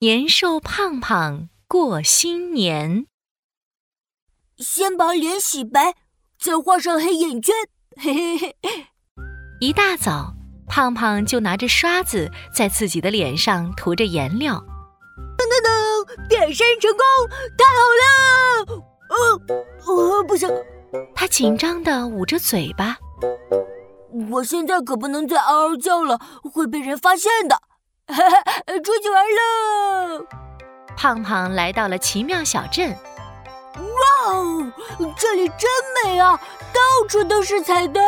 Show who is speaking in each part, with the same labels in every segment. Speaker 1: 年兽胖胖过新年，
Speaker 2: 先把脸洗白，再画上黑眼圈。 嘿嘿嘿，
Speaker 1: 一大早，胖胖就拿着刷子在自己的脸上涂着颜料。
Speaker 2: 噔噔噔，变身成功，太好了！呃，呃，不行，
Speaker 1: 他紧张地捂着嘴巴。
Speaker 2: 我现在可不能再嗷嗷叫了，会被人发现的。 哈哈，出去玩喽！
Speaker 1: 胖胖来到了奇妙小镇，
Speaker 2: 哇哦，这里真美啊，到处都是彩灯。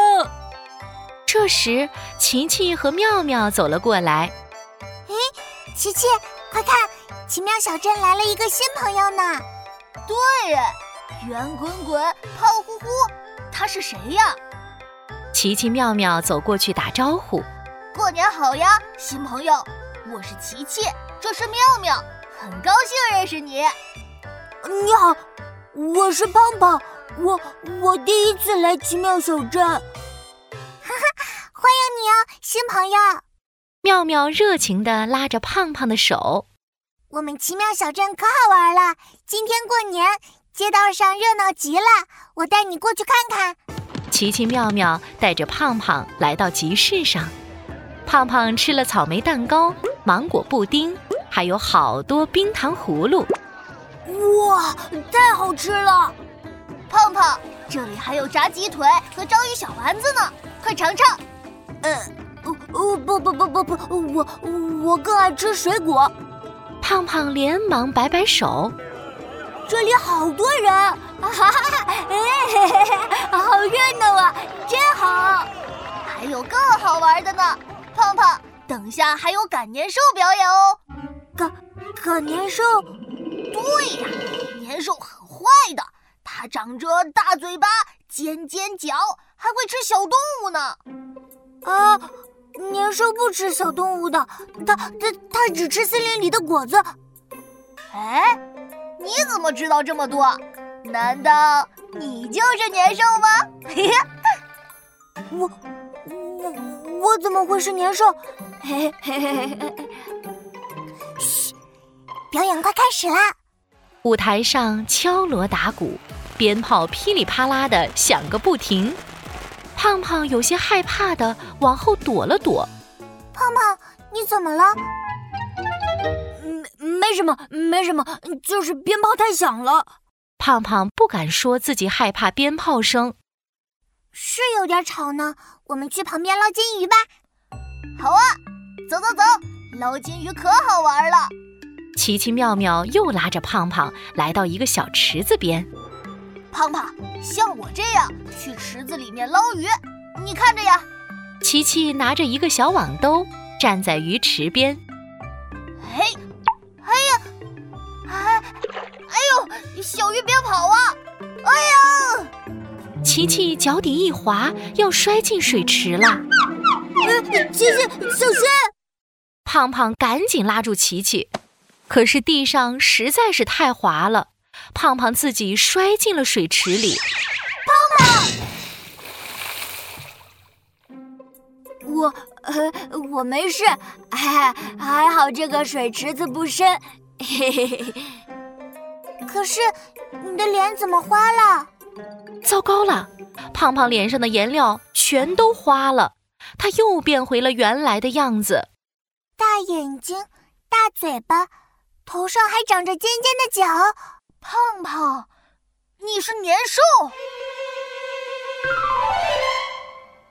Speaker 1: 这时，琪琪和妙妙走了过来。
Speaker 3: 琪琪，快看，奇妙小镇来了一个新朋友呢！对，圆滚滚、胖乎乎，他是谁呀？
Speaker 1: 琪琪、妙妙走过去打招呼。
Speaker 3: 过年好呀，新朋友！我是琪琪，这是妙妙，很高兴认识你。
Speaker 2: 你好，我是胖胖，我我第一次来奇妙小镇。
Speaker 3: 欢迎你哦，新朋友！
Speaker 1: 妙妙热情地拉着胖胖的手。
Speaker 3: 我们奇妙小镇可好玩了，今天过年，街道上热闹极了，我带你过去看看。
Speaker 1: 琪琪、妙妙带着胖胖来到集市上，胖胖吃了草莓蛋糕、芒果布丁，还有好多冰糖葫芦。
Speaker 2: 哇，太好吃了！
Speaker 3: 胖胖，这里还有炸鸡腿和章鱼小丸子呢，快尝尝。嗯
Speaker 2: 哦哦不不不不不，我我更爱吃水果。
Speaker 1: 胖胖连忙摆摆手。
Speaker 2: 这里好多人， 啊哈哈，哎嘿嘿嘿，好热闹啊，真好！
Speaker 3: 还有更好玩的呢，胖胖，等下还有赶年兽表演哦。
Speaker 2: 赶赶年兽，
Speaker 3: 对呀，年兽很坏的，它长着大嘴巴、尖尖角，还会吃小动物呢。
Speaker 2: 啊，年兽不吃小动物的，它它它只吃森林里的果子。
Speaker 3: 哎，你怎么知道这么多？难道你就是年兽 吗？嘿嘿，
Speaker 2: 我我我怎么会是 年兽？嘿嘿嘿嘿嘿嘿，
Speaker 3: 表演快开始啦！
Speaker 1: 舞台上敲锣打鼓，鞭炮噼里啪啦的响个不停。胖胖有些害怕的往后躲了躲。
Speaker 3: 胖胖，你怎么了？嗯
Speaker 2: 没没什么没什么，就是鞭炮太响了，
Speaker 1: 胖胖不敢说自己害怕鞭炮声。
Speaker 3: 是有点吵呢，我们去旁边捞金鱼吧。好啊，走走走，捞金鱼可好玩了。
Speaker 1: 奇奇妙妙又拉着胖胖来到一个小池子边。
Speaker 3: 胖胖，像我这样去池子里面捞鱼，你看着呀。
Speaker 1: 琪琪拿着一个小网兜，站在鱼池边。
Speaker 3: 嘿，哎呀，哎，哎呦，小鱼别跑啊！哎呀，
Speaker 1: 琪琪脚底一滑，要摔进水池了。
Speaker 3: 呃
Speaker 2: 琪琪小心！
Speaker 1: 胖胖赶紧拉住琪琪，可是地上实在是太滑了，胖胖自己摔进了水池里。
Speaker 2: 我呃我没事，
Speaker 3: 哎
Speaker 2: 还还好这个水池子不深。嘿嘿嘿，
Speaker 3: 可是你的脸怎么花了？
Speaker 1: 糟糕了，胖胖脸上的颜料全都花了，他又变回了原来的样子。
Speaker 3: 大眼睛，大嘴巴，头上还长着尖尖的角。胖胖，你是年兽！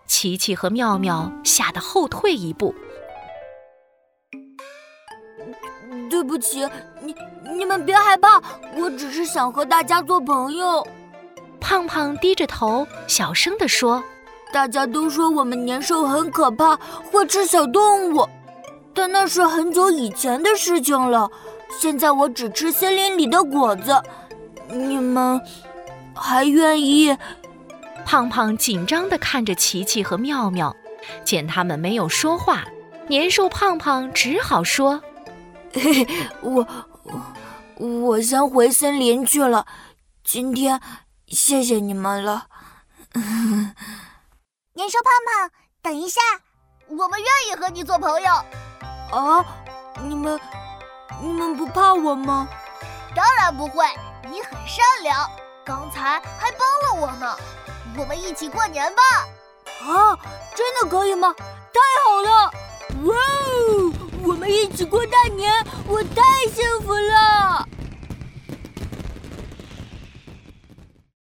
Speaker 1: 琪琪和妙妙吓得后退一步。
Speaker 2: 对不起，你你们别害怕，我只是想和大家做朋友。
Speaker 1: 胖胖低着头，小声地说
Speaker 2: 大家都说我们年兽很可怕，会吃小动物，但那是很久以前的事情了。现在我只吃森林里的果子，你们还愿意？：“
Speaker 1: 胖胖紧张地看着琪琪和妙妙，见他们没有说话，年兽胖胖只好说
Speaker 2: 我我我先回森林去了。今天谢谢你们了。
Speaker 3: 年兽胖胖，等一下，我们愿意和你做朋友。
Speaker 2: 啊，你们你们不怕我吗？
Speaker 3: 当然不会，你很善良，刚才还帮了我呢。我们一起过年吧！
Speaker 2: 啊，真的可以吗？太好了！哇哦，我们一起过大年，我太